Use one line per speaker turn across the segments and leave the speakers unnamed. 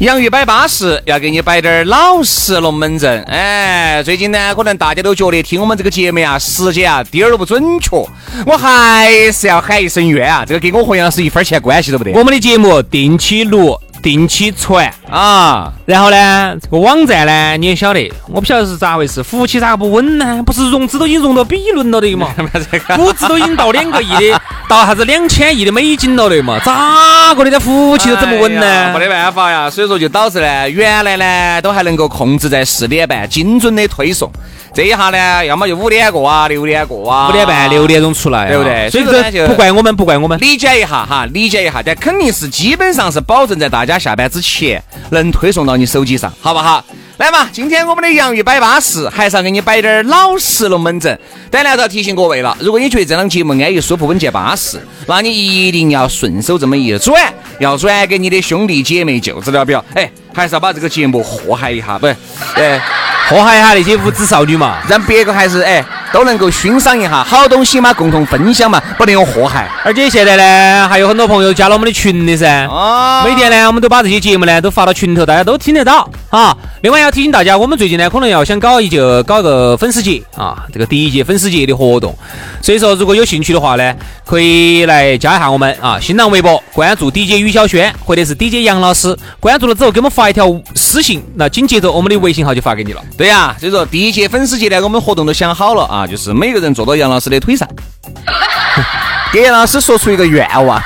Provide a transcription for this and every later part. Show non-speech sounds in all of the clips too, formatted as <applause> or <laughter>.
洋芋摆巴适，要给你摆点儿老实龙门阵。哎，最近呢，可能大家都觉得听我们这个节目啊，时间啊，点儿都不准确。我还是要喊一声冤啊，这个跟我和杨老师一分钱关系都不得
我们的节目定期录、定期传，
啊！
然后呢，这个网站呢你也晓得，我不晓得是咋回事，服务器咋个不稳呢？不是融资都已经融到比轮了的
<laughs>
嘛，估值都已经到两个亿的， <laughs> 到啥子两千亿的美金了的嘛，咋个的这服务器都整不稳
哎呀
呢
没？得办法呀，所以说就导致呢，原来呢都还能够控制在四点半精准的推送，这一下呢，要么就五点过啊，六点过啊，
五点半、六点钟出来啊，
对不对
所以
所以说呢
这
就
不怪我们，不怪我们。
理解一下哈，理解一下，但肯定是基本上是保证在大家下班之前能推送到你手机上，好不好？来嘛，今天我们的洋芋摆巴适，还是要给你摆点儿老实龙门阵。当然要提醒各位了，如果你觉得这档节目安逸、舒服、稳健、巴适，那你一定要顺手这么一转，要转给你的兄弟姐妹、舅子了表。哎，还是要把这个节目祸害一下，不是？哎，
祸害一下那些无知少女嘛。
让别个还是哎都能够欣赏一下好东西嘛，共同分享嘛，不能用祸害。
而且现在呢，还有很多朋友加了我们的群的噻。
哦
每天呢，我们都把这些节目呢都发到群头，大家都听得到啊。另外要提醒大家，我们最近呢可能要想搞一就搞个粉丝节啊，这个第一届粉丝节的活动。所以说，如果有兴趣的话呢，可以来加一下我们啊，新浪微博关注 DJ 于小轩或者是 DJ 杨老师，关注了之后给我们发一条私信，那紧接着我们的微信号就发给你了。
对呀、所以说第一届粉丝节呢，我们活动都想好了啊，就是每个人坐到杨老师的腿上， <laughs> 给杨老师说出一个愿望。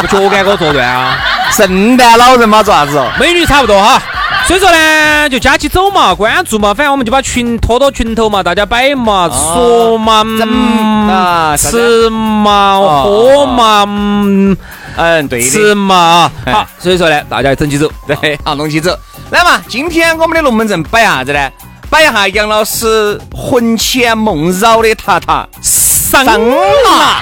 不脚杆给我作乱啊！
圣诞老人嘛，做啥子哦？
美女差不多哈。所以说呢，就加起走嘛，关注嘛，反正我们就把群拖到群头嘛，大家摆嘛，说嘛，嗯
啊啥子
吃嘛，
哦
喝嘛，嗯
嗯，对
吃
的，
嘛，
哎哦
好，所以说呢，大家整起走。
对， <laughs> 好，弄起走。来嘛，今天我们的龙门阵摆啥子呢？摆一下杨老师魂牵梦绕的塔塔
桑
桑拿，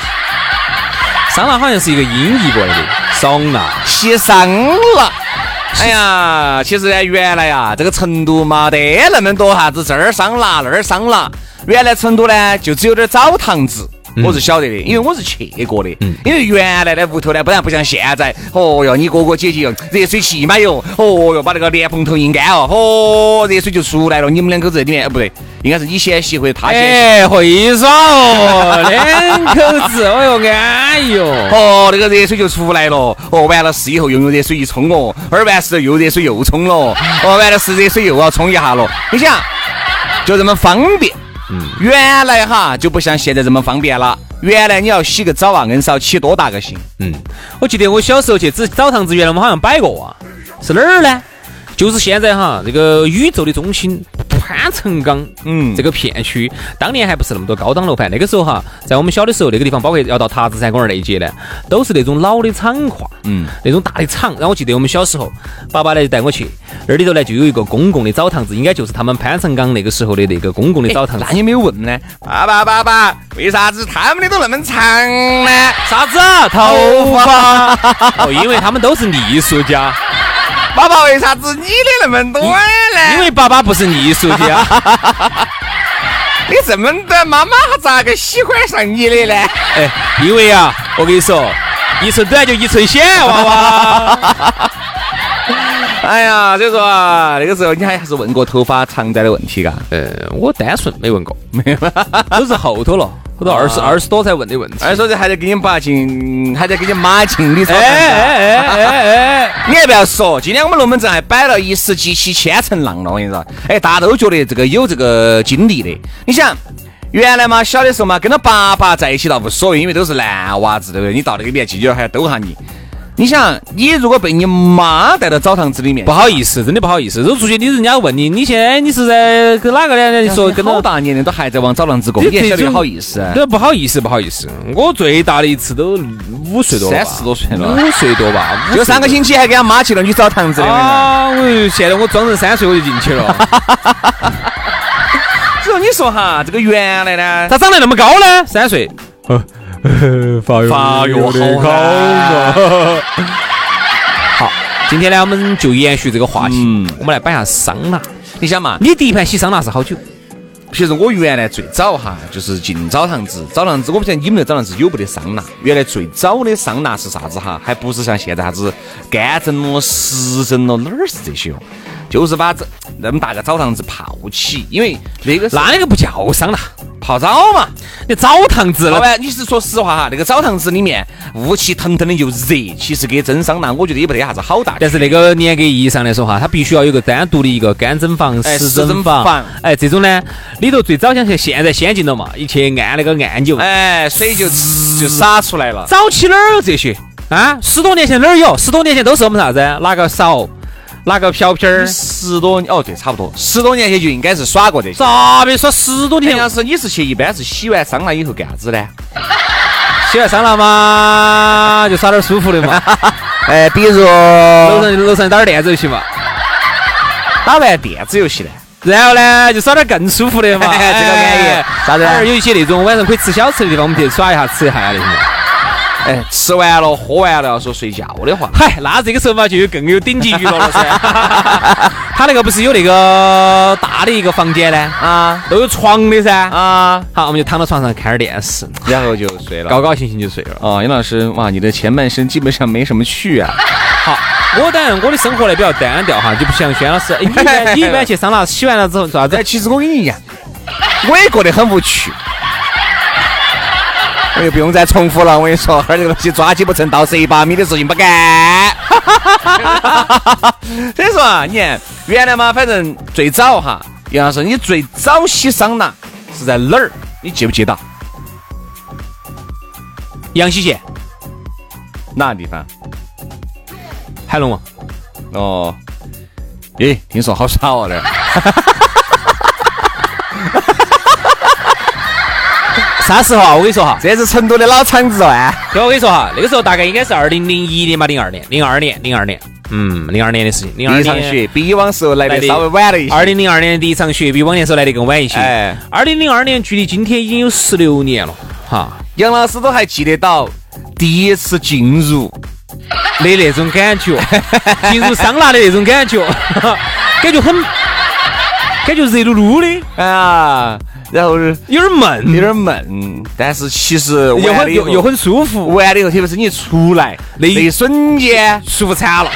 桑拿好像是一个音译过来的，桑拿。
洗桑了。哎呀，其实呢，原来呀，这个成都嘛得那么多啥子这儿桑拿那儿桑拿。原来成都呢，就只有点澡堂子。我是晓得的，因为我是去过的。因为原来呢屋头呢，不然不像现在，哦哟，你哥哥姐姐哟，热水器买哟，哦哟，把那个莲蓬头一按哦，哦，热水就出来了。你们两口子在里面，哦不对，应该是你先洗或者他先洗。
哎，会耍哦，两口子，哎呦，安逸哦。
哦，那个热水就出来了。哦，完了事以后又用热水一冲哦，二完事又热水又冲了。哦，完了是热水又要冲一下了。你想，就这么方便。嗯，原来哈就不像现在这么方便了。原来你要洗个澡啊，硬是要起多大个心？
嗯，我记得我小时候去，只澡堂子原来我们好像摆过啊，是哪儿呢？就是现在哈，这个宇宙的中心潘城港，
嗯
嗯，这个片区，当年还不是那么多高档楼盘，那个时候哈，在我们小的时候，那个地方包括要到塔子山公园那一节呢，都是那种老的厂矿，
嗯
嗯，那种大的厂。然后我记得我们小时候，爸爸呢就带我去，那里头呢就有一个公共的澡堂子，应该就是他们潘城港那个时候的那个公共的澡堂子
那。你没有问呢？爸爸爸爸，为啥子他们的都那么长呢？
啥子啊、头发？哦，因为他们都是艺术家。
爸爸，为啥子你的那么短呢？
因为爸爸不是艺术 <laughs> 家。
你这么短，妈妈咋个喜欢上你的呢？
哎，因为啊，我跟你说，一寸短就一寸险，娃娃。
哎呀，所以说啊，那个时候你还是问过头发长短的问题嘎？
<laughs> 呃，我单纯没问过，啊没有，啊都是后头了，后头二十二十多才问的问题。
哎，说这还在给你爸进，还在给你妈进的
哎
操场上。
哎哎哎哎！
你还不要说，今天我们龙门阵还摆了一石激起千层浪了，我跟你说，哎，大家都觉得这个有这个经历的。你想，原来嘛，小的时候嘛，跟着爸爸在一起倒无所谓，因为都是男娃子，对不对？你到那个年纪，你要还要兜下你。你想，你如果被你妈带到澡堂子里面，
不好意思，真的不好意思。如果出去，你人家问你，你现在你是在跟哪个呢？
你
你说
说
跟
跟
老
老大年龄都还在往澡堂子供，
这
你还晓
这
得
种
好意思？啊
对，不好意思，不啊好意思，我最大的一次都五岁多了吧，
三十多岁了
五岁多吧，
就上个
期。
星期还跟他妈去了你澡堂子的，
啊！我就现在我装成三岁我就进去 <laughs> 了，
只有你说哈，这个原来呢，
咋长得那么高呢？三岁， <laughs> 发育啊
发育哎好啊嘛。
好，今天呢，我们就延续这个话题，
嗯
我们来摆一下桑拿。
你想嘛，
你第一盘洗桑拿是好久？
其实我原来最早哈，就是进澡堂子，澡堂子我不晓得你们那澡堂子有没得桑拿。原来最早的桑拿是啥子哈？还不是像现在啥子干蒸咯、湿蒸咯，哪儿是这些哦？就是把这那么大个澡堂子泡起，因为那 <laughs> 个是
那那个不叫桑拿，
泡澡嘛。
你澡堂子
老
了。
板，你是说实话哈？那个澡堂子里面雾气腾腾的又热，其实给蒸桑拿，我觉得也没得啥子好大的
但是那个严格意义上来说哈，它必须要有个单独的一个干蒸房、
哎
湿
湿蒸
蒸房
房。
哎，这种呢，里头最早讲是现在先进了嘛，一去按那个按钮。
<laughs> 哎，水就就洒出来了。
早期哪儿有这些啊？十多年前哪儿有？十多年前都是我们啥子？拿个勺，拿个瓢瓢儿。
十多年哦，对，差不多十多年前就应该是耍过这些。
咋别说十多
田
年前
老师，哎你是去一般是洗完桑拿以后干啥子呢？
洗完桑拿嘛，就耍点舒服的
<laughs>
嘛，
哎，比如
楼上楼上打点电子游戏嘛，
打完电子游戏呢？
然后呢就耍点更舒服的嘛，
嘿嘿 <laughs> 这个安逸
哎
啥子呢
偶尔有一些那种晚上可以吃小吃的地方，我们去耍一下，吃一下呀那些嘛。
哎，吃完了喝完了，要说睡觉的话，
嗨，那这个时候嘛，就有更有顶级娱乐
<laughs>
了噻。他那个不是有那个大的一个房间呢？
啊
都有床的噻。
啊，
好，我们就躺到床上看点电视，
然后就睡了。
高高兴兴就睡了。
哦，杨老师，哇，你的前半生基本上没什么趣啊。
好，我当然我的生活呢比较单调哈，就不像轩老 <laughs> 师，哎你一般你一般去桑拿洗完了之后做啥
<laughs>
子啊
哎，？其实我跟你一样，我也觉得很无趣。我又不用再重复了，我跟你说，哈儿这个东西抓鸡不成倒蚀把米的事情不干。 <laughs> 所以说啊，你看原来嘛，反正最早哈，杨老师，你最早洗桑拿是在哪儿？你记不记得
阳西县
哪个地方？
海龙王，
哦，咦，听说好耍哦那儿。
啥时候啊？我跟你说哈，
这是成都的老厂子哦，哎，
哥，我跟你说哈，那个时候大概应该是二零零一年吧，零二年，零二年，零二年，嗯，零二年的事情，零二
第一场
年。
雪比以往时候来
来
的
得
稍微晚了一些。
二零零二年的第一场雪比往年时候来的更晚一些。
哎
二零零二年距离今天已经有十六年了，哈，
杨老师都还记得到第一次进入
的那种感觉， <laughs> 进入桑拿的那种感觉， <laughs> 感觉很，感觉热噜噜的，
啊，然后是
有点闷，
有点闷，但是其实
又
完了
很
以
又
后
又很舒服，
完了以后，特别是你一出来
那
那
一
一瞬间，
舒服惨了。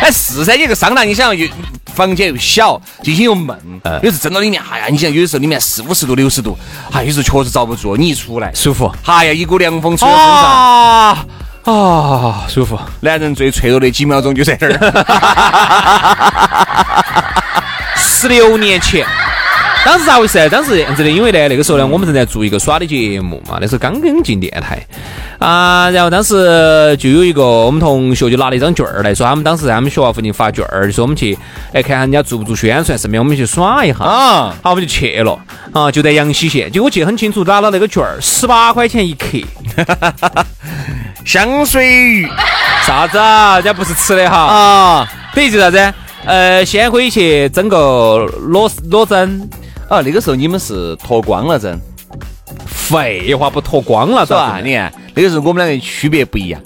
哎是噻，你个桑拿，你想又房间又小，进去又闷，
呃
有时候真到里面，哎呀，你想有的时候里面四五十度、六十度，哎，有时候确实遭不住，你一出来，
舒服
哎呀，一股凉风吹到身上，
啊啊，舒服。
男人最脆弱的几秒钟就在这
<laughs>
儿。
十六年前。当时咋回事呢？当时这样子的，因为呢，那个时候呢，我们正在做一个耍的节目嘛，那时候刚刚进电台啊，然后当时就有一个我们同学就拿了一张券儿来说，他们当时在他们学校附近发券儿，就说我们去哎看下人家做不做宣传，顺便我们去耍一下
啊
好，我们就去了啊，就在阳西县，结果记得很清楚，拿了那个券儿，十八块钱一克，
香水
<laughs>
鱼
啥子啊？人家不是吃的哈
啊，
等于就啥子？呃，先可以去整个裸裸蒸，
哦，那个时候你们是脱光了真。
废话不脱光了，
是吧？
咋子呢
你看，那个时候我们两个区别不一样。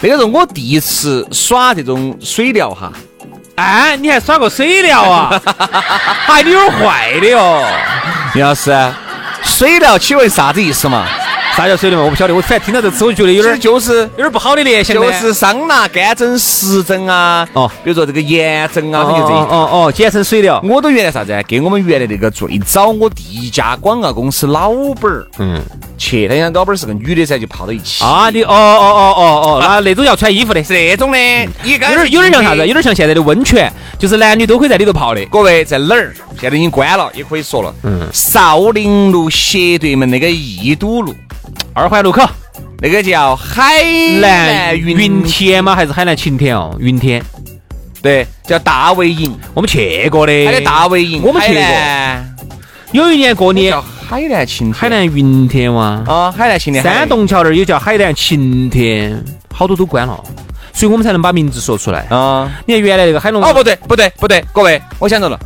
那个时候我第一次耍这种水疗哈，
哎，你还耍过水疗啊？
<laughs>
哎，你有点坏的哟。
杨老师，水疗请问啥子意思嘛？
啥叫水疗嘛？我不晓得，我反正听到这个词，我就觉得
其
有点
实就是
有点不好的联想呢
就是桑拿、干蒸、湿蒸啊，
哦
哦，比如说这个盐蒸啊，
哦
它就这
哦
些。
哦哦，简称水疗。
我都原来啥子啊？给我们原来那个最早我第一家广告公司老板儿
嗯
去，他家老板儿是个女的噻，就泡到一起
啊，你哦哦哦哦哦，那那种要穿衣服的，
是那种的，有
嗯有点有点像啥子？有点像现在的温泉，就是男女都可以在里头泡的。
各位在哪儿？现在已经关了，也可以说了。嗯，少林路斜对门那个逸都路
二环路口
那个叫海南
南
云
云天吗？还是海南晴天哦？云天，
对，叫大卫营，
我们去过的。
它的大卫营，
哎我们去过
过，
有一年过
也
年，
叫海南晴天，
海南云天哇，
啊，海南晴天，
山洞桥那儿有叫海南晴天，好多都关了，所以我们才能把名字说出来。
啊。
你看原来那个海龙，
哦，不对，不对，不对，各位，我想到了，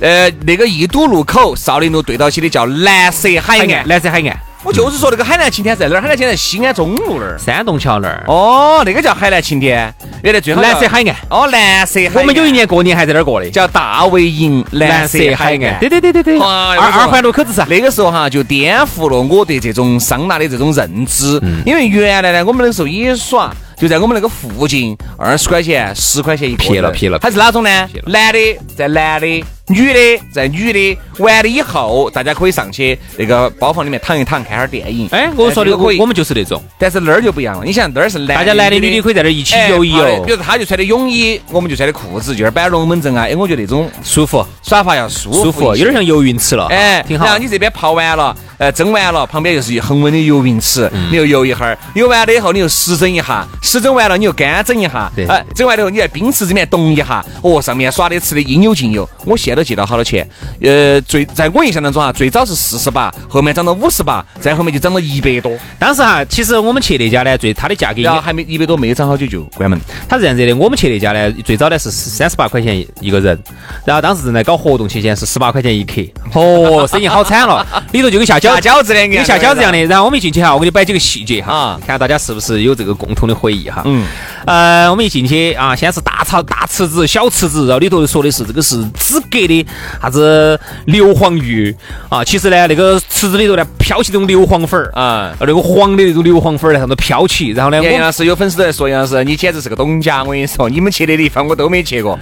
呃，那个一堵路口少林路对到起的叫蓝色海
海
岸
岸，，蓝色海岸，
我就是说那个海南晴天在哪儿？海南晴天在西安中路那儿。
山洞桥那儿，
哦，那个叫海南晴天，原来最好叫
蓝色海岸。
哦，蓝色海岸。
我们有一年过年还在那儿过的，
叫大卫营蓝色海岸。
对对对对对，
啊
二
有什么
二环路口子上。
那个时候哈，就颠覆了我对这种桑拿的这种认知，
嗯
因为原来呢，我们那个时候也耍，就在我们那个附近，二十块钱、十块钱一个人，
撇了撇了
它是哪种呢？男的在男的，女的在女的，完了以后，大家可以上去那个包房里面躺一躺，看下电影。
哎，我说
这
的
个可以
我，们就是那种，
但是那儿就不一样了。你想那儿是男的，
大家男的女的可以在这儿一起游一
哎好的
游
比，如他就穿的泳衣，我们就穿的裤子，就是摆龙门阵啊。哎，我觉得那种
舒服
耍法要舒服一些，
舒服，有点像游泳池了，
哎，
挺好
然后。你这边泡完了，呃，蒸完了，旁边就是恒温的游泳池，
嗯
你又游一会儿，游完了以后你又湿蒸一下，湿蒸完了你又干蒸一下，
对
哎，蒸完了以后你在冰池里面冻一下，哦，上面耍的吃的应有尽有。我现在都记到好多钱，呃，最在我印象当中啊，最早是四十八，后面涨到五十八，再后面就涨到一百多，
当时哈，其实我们去那家呢，最它的价格应
然后
该，
还没一百多没涨好久就关门。
它是这样子的，我们去那家呢，最早呢是三十八块钱一个人，然后当时正在搞活动期间是十八块钱一客，哦，生意好惨了， <laughs> 里头就跟下
下
饺
饺子的，
跟下饺子一样
的，
的。然后我们一进去哈，我给你摆几个细节哈
啊，
看大家是不是有这个共同的回忆哈。
嗯，
呃，我们一进去啊，先是大炒大池子、小池子，然后里头说的是这个是紫格的啥子硫磺鱼啊，其实呢那个池子里头呢飘起这种硫磺粉儿啊，
嗯。
那个黄的那种硫磺粉儿在上头飘起，然后呢我
杨
们
杨老师有粉丝都在说，杨老师你简直是个懂家，我跟你说，你们去的地方我都没去过。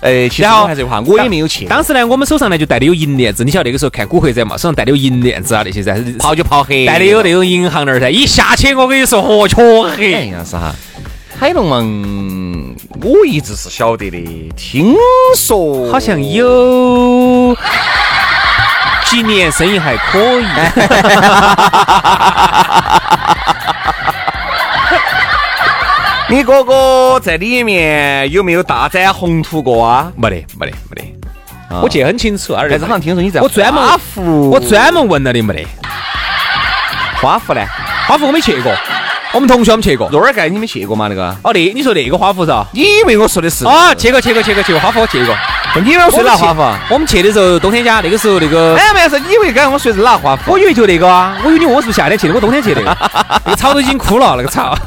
哎，其实
然后
我还是有话，我也没有去。
当时呢，我们手上呢就带的有银链子，你晓得那个时候看古惑仔嘛，手上带的有银链子啊那些噻，
泡就泡黑，
带的有那种银行那儿噻，一下去我跟你说，哦，确
哎，
黑。
杨老师哈，海龙王我一直是晓得的，听说
好像有几年生意还可以。
你哥哥在里面有没有大展宏图过啊？
<laughs> 没得，没得，没得，我记得很清楚，而
但是好像听说你在
我专门
花湖，
我专门问了的，没得。
花湖呢，
花圃我没去过，我们同学我们去过。
若尔盖你没去过吗？那个？
哦，那你说那个花圃是吧？
你以为我说的是哦
啊，，去过，去过，去过，去过花圃，我去过。
你以为我说
们
的哪
去
花湖？
我们去的时候，冬天家那个时候那个，
哎，没有事，你以为刚才我说的是哪花湖？
我以为就那个啊，我以为你问我是不是夏天去的，我冬
<laughs>
天去的。那个草都已经枯了，那个草。嗯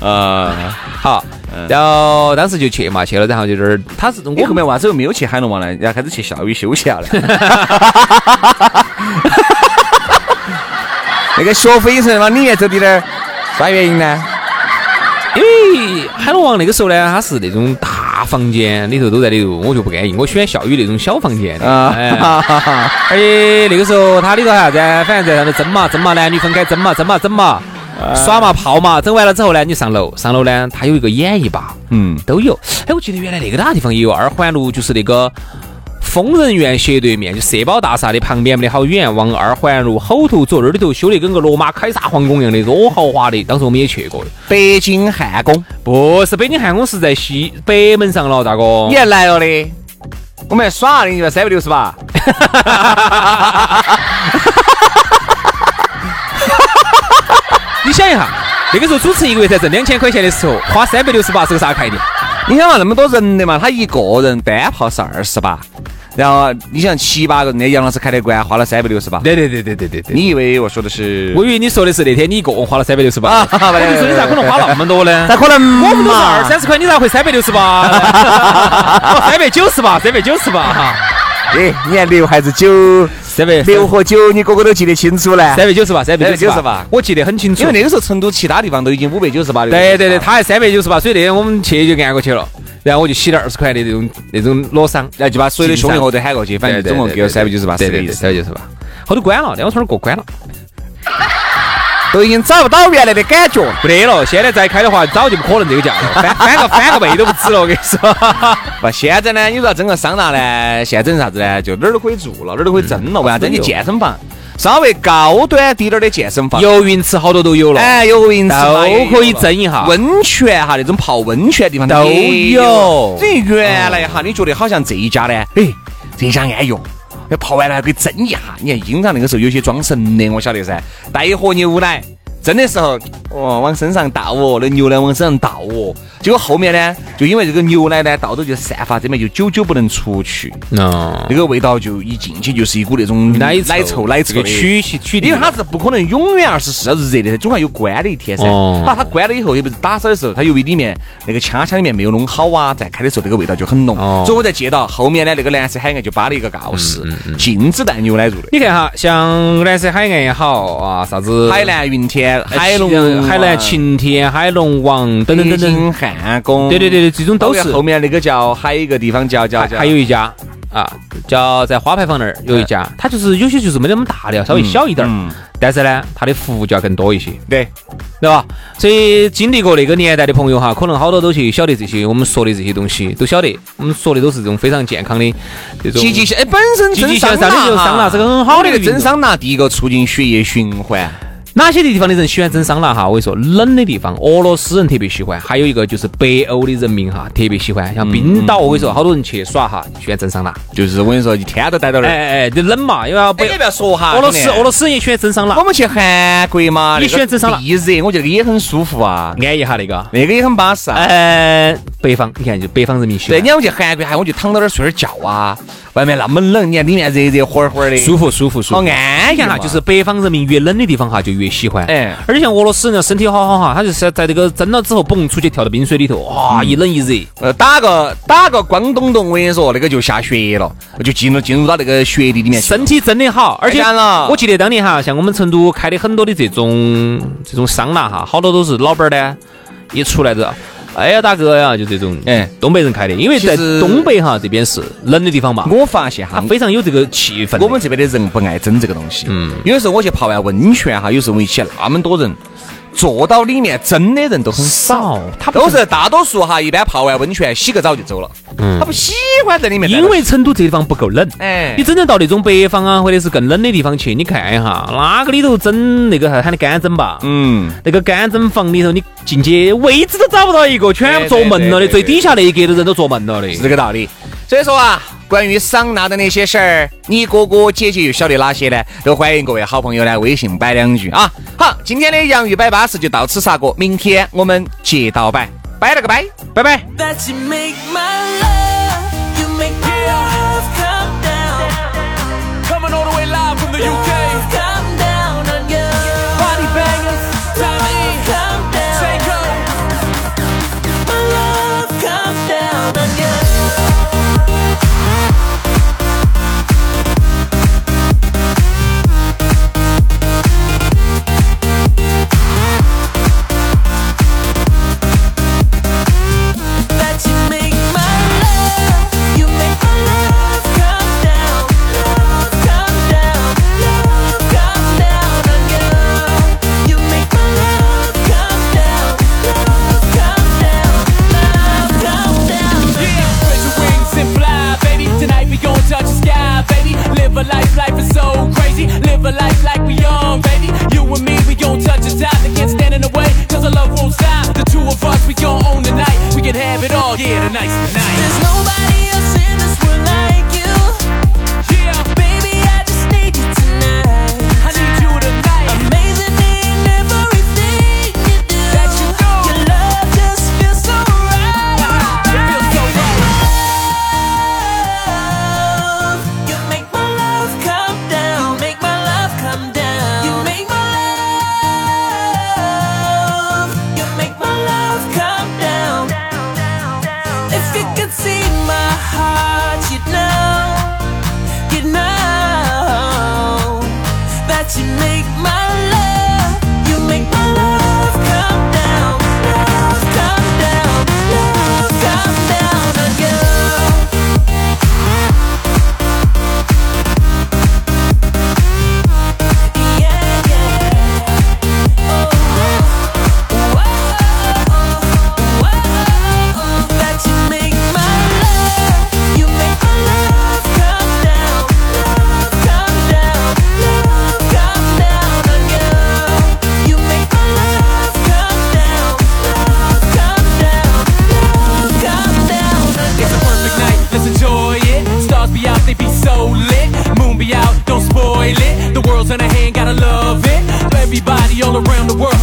呃，
好，然后当时就去嘛，去了，然后就这儿，他是我
我后面娃子又没有去海龙王呢，然后开始去校园休息了。 <laughs> 那个学费也是往里面走的点儿，啥原因呢？
因为海龙王那个时候呢，他是那种大房间里头都在里头，我就不安逸，我喜欢校园那种小房间的
啊 <laughs>
哎，而且那个时候他里头还啥子啊，反正在上头争嘛争嘛，男女分开争嘛争嘛争嘛，
哎
耍嘛泡嘛，整完了之后呢，你上楼，上楼呢，它有一个演艺吧，
嗯，
都有。哎，我记得原来那个哪个地方也有，二环路就是那个。疯人院斜对面，就社保大厦的旁边没得好远，往二环路后头走，那里头修的跟个罗马凯撒皇宫一样的，多豪华的。当时我们也去过的。
北京汉宫，
不是北京汉宫是在西北门上了，大哥
你。还来了的？我们还耍的，你们三百六十八。
你想一下，那个时候主持一个月才挣两千块钱的时候，花三百六十八是个啥概念？
你想嘛，那么多人的嘛，他一个人单炮是二十八，然后你想七八个人，那杨老师开的馆花了三百六十八。
对对对对对对对。
你以为我说的是？
我以为你说的是那天你一共花了三百六十八，
啊
我就说你咋可能花那么
<laughs>
多呢？
咋可能
我们都是
嘛
二三十块，你咋会三百六
<laughs>
十八？三百九十八，三百九十八哈，
哎，你看六还是九？
三百
六和九，你哥哥都记得清楚呢。
三百九十八，三百九十
398
八，我记得很清楚
因为。那个时候成都其他地方都已经五百九十八的。
对对对，
他
他还三百九十八，所以那天我们去就按过去了，然后我就洗了二十块的那种那种裸商，
然后就把所有的兄弟伙都喊过去，反正就总共给了三百九十八，
对
是这
对
个意
对，
思。
三百九十八，后头关了，两个村儿过关了，
都已经找不到原来的感觉了。
不得了，现在再开的话，早就不可能这个价了，翻翻个翻个倍都不止了，我跟你说。
不，现在呢，你说要整个桑拿呢，现在整啥子呢？就哪儿都可以住了，哪儿都可以蒸了。为啥子？
嗯
你健身房，稍微高端滴点儿的健身房。
游泳池好多都有了，
哎，游泳池嘛也有
都可以蒸一下
温泉哈那种泡温泉的地方
都
也
有
所以原来哈，你觉得好像这一家呢，哎，这一家安逸哦。要泡完了还可以蒸一下，你看经常那个时候有些装神的，我晓得噻，带一盒牛奶，蒸的时候哦往身上倒哦，那牛奶往身上倒哦，结果后面呢，就因为这个牛奶呢倒着就散发，这边就久久不能出去，
嗯，
那个味道就一进去就是一股那种
奶
奶臭奶臭的
这个曲奇曲
因为它是不可能永远二十四小时热的，它总要有关的一天噻。
哦
把它关了以后，也不是打扫的时候，它由于里面那个腔腔里面没有弄好啊，再开的时候那个味道就很浓。
哦
所以我在街道后面呢，那个蓝色海岸就扒了一个告示，禁止带牛奶入内。
你看哈，像蓝色海岸也好啊，啥子
海南云天、海
海
龙
龙、海南、晴天、海龙王等等等等，
汉宫，
对对对对，这种
包
都
括
是。
后面那个叫还有一个地方叫叫
还
叫，
还有一家啊，叫在花牌坊那儿有一家，它就是有些就是没那么大的，稍微小一点
嗯
儿，但是呢，它的服务就要更多一些，
对，
对吧？所以经历过那个年代的朋友哈，可能好多都去晓得这些我们说的这些东西，都晓得我们说的都是这种非常健康的这种。
积极性哎，本身
积
蒸
极
桑
向上的就
拿
桑拿
哈
是个很好的
那个
运动
蒸桑拿，第一个促进血液循环。
哪些地方的人喜欢蒸桑拿哈？我跟你说，冷的地方，俄罗斯人特别喜欢，还有一个就是北欧的人民哈，特别喜欢。像冰岛，我跟你说，好多人去耍哈，喜欢蒸桑拿。
就是我跟你说，一天都待到那
哎
儿。
哎哎，就冷嘛，因为要
哎，
北
你不要说哈，
俄罗斯
兄弟
俄罗斯人也喜欢蒸桑拿
我。们去韩国嘛，
你
那个
选择上了
地热，我觉得也很舒服啊，
安逸一下那个。
那个也很巴适啊。
呃，北方，你看就北方人民喜
对，
欢
你，看我去韩国，还我就躺到那儿睡点儿觉啊，外面那么冷，你看里面热热乎乎的，
舒服舒服舒
好
服。
安逸
看
嘛
哈，就是北方人民越冷的地方哈，就越喜欢。
哎
而且像俄罗斯人呢，身体好好哈，他就是在这个蒸了之后，嘣出去跳到冰水里头，哇，一冷一热。
呃，打个打个光咚咚，我跟你说，那个就下雪了，就进入进入到那个雪地里面去了。
身体真的好，而且
当然了
我记得当年哈，像我们成都开的很多的这种这种桑拿哈，好多都是老板儿呢一出来的，哎呀大哥呀，就这种，
哎，
东北人开的，因为在
其实
东北哈这边是冷的地方嘛，
我发现
它
哈，
非常有这个气氛的。
我们这边的人不爱蒸这个东西。嗯，有的时候我去泡完温泉啊哈，有时候我一起那么多人，坐到里面蒸的人都很
少，他不
都是大多数哈，一般泡完温泉洗个澡就走了。他不喜欢在里面待着，
嗯因为成都这地方不够冷。
哎
你，真正到那种北方啊，或者是更冷的地方去，你看一下，哪个里头蒸那个还喊的干蒸吧？
嗯，
那个干蒸房里头，你进去位置都找不到一个，全部坐闷了的，
对对对
最底下那一格的人都坐闷了的。
是这个道理。所以说啊，关于桑拿的那些事儿，你哥哥姐姐又晓得哪些呢？都欢迎各位好朋友来微信摆两句啊。好，今天的洋芋摆巴士就到此杀过，明天我们接到摆，摆了个拜，拜拜。
that you make my love. You make my love come down. Coming all the way live from the UK. Come down on you. Body bangers, Tommy. Come down. Take My love come down on you. That you make my love, you make my love come down, love come down, love come down on you. You make my love come down, love come down, love come down. Yeah, spread your wings and fly, baby. Tonight we gon' touch the sky, baby. Live a life, life is so crazy. Live a life like we young, baby. You and me, we gon' touch the top. They can't stand in the way, cause our love won't stop. The two of us, we gon' own the night. We can have it all, yeah, tonight's the night. There's nobody else in this world like you. Yeah, baby, I just need you tonight. I need you tonight. Amazing in everything you do. That you do. Your love just feels so right. Feels so right. You make my love come down. Make my love come down. You make my love. You make my love come down. If you
all around the world.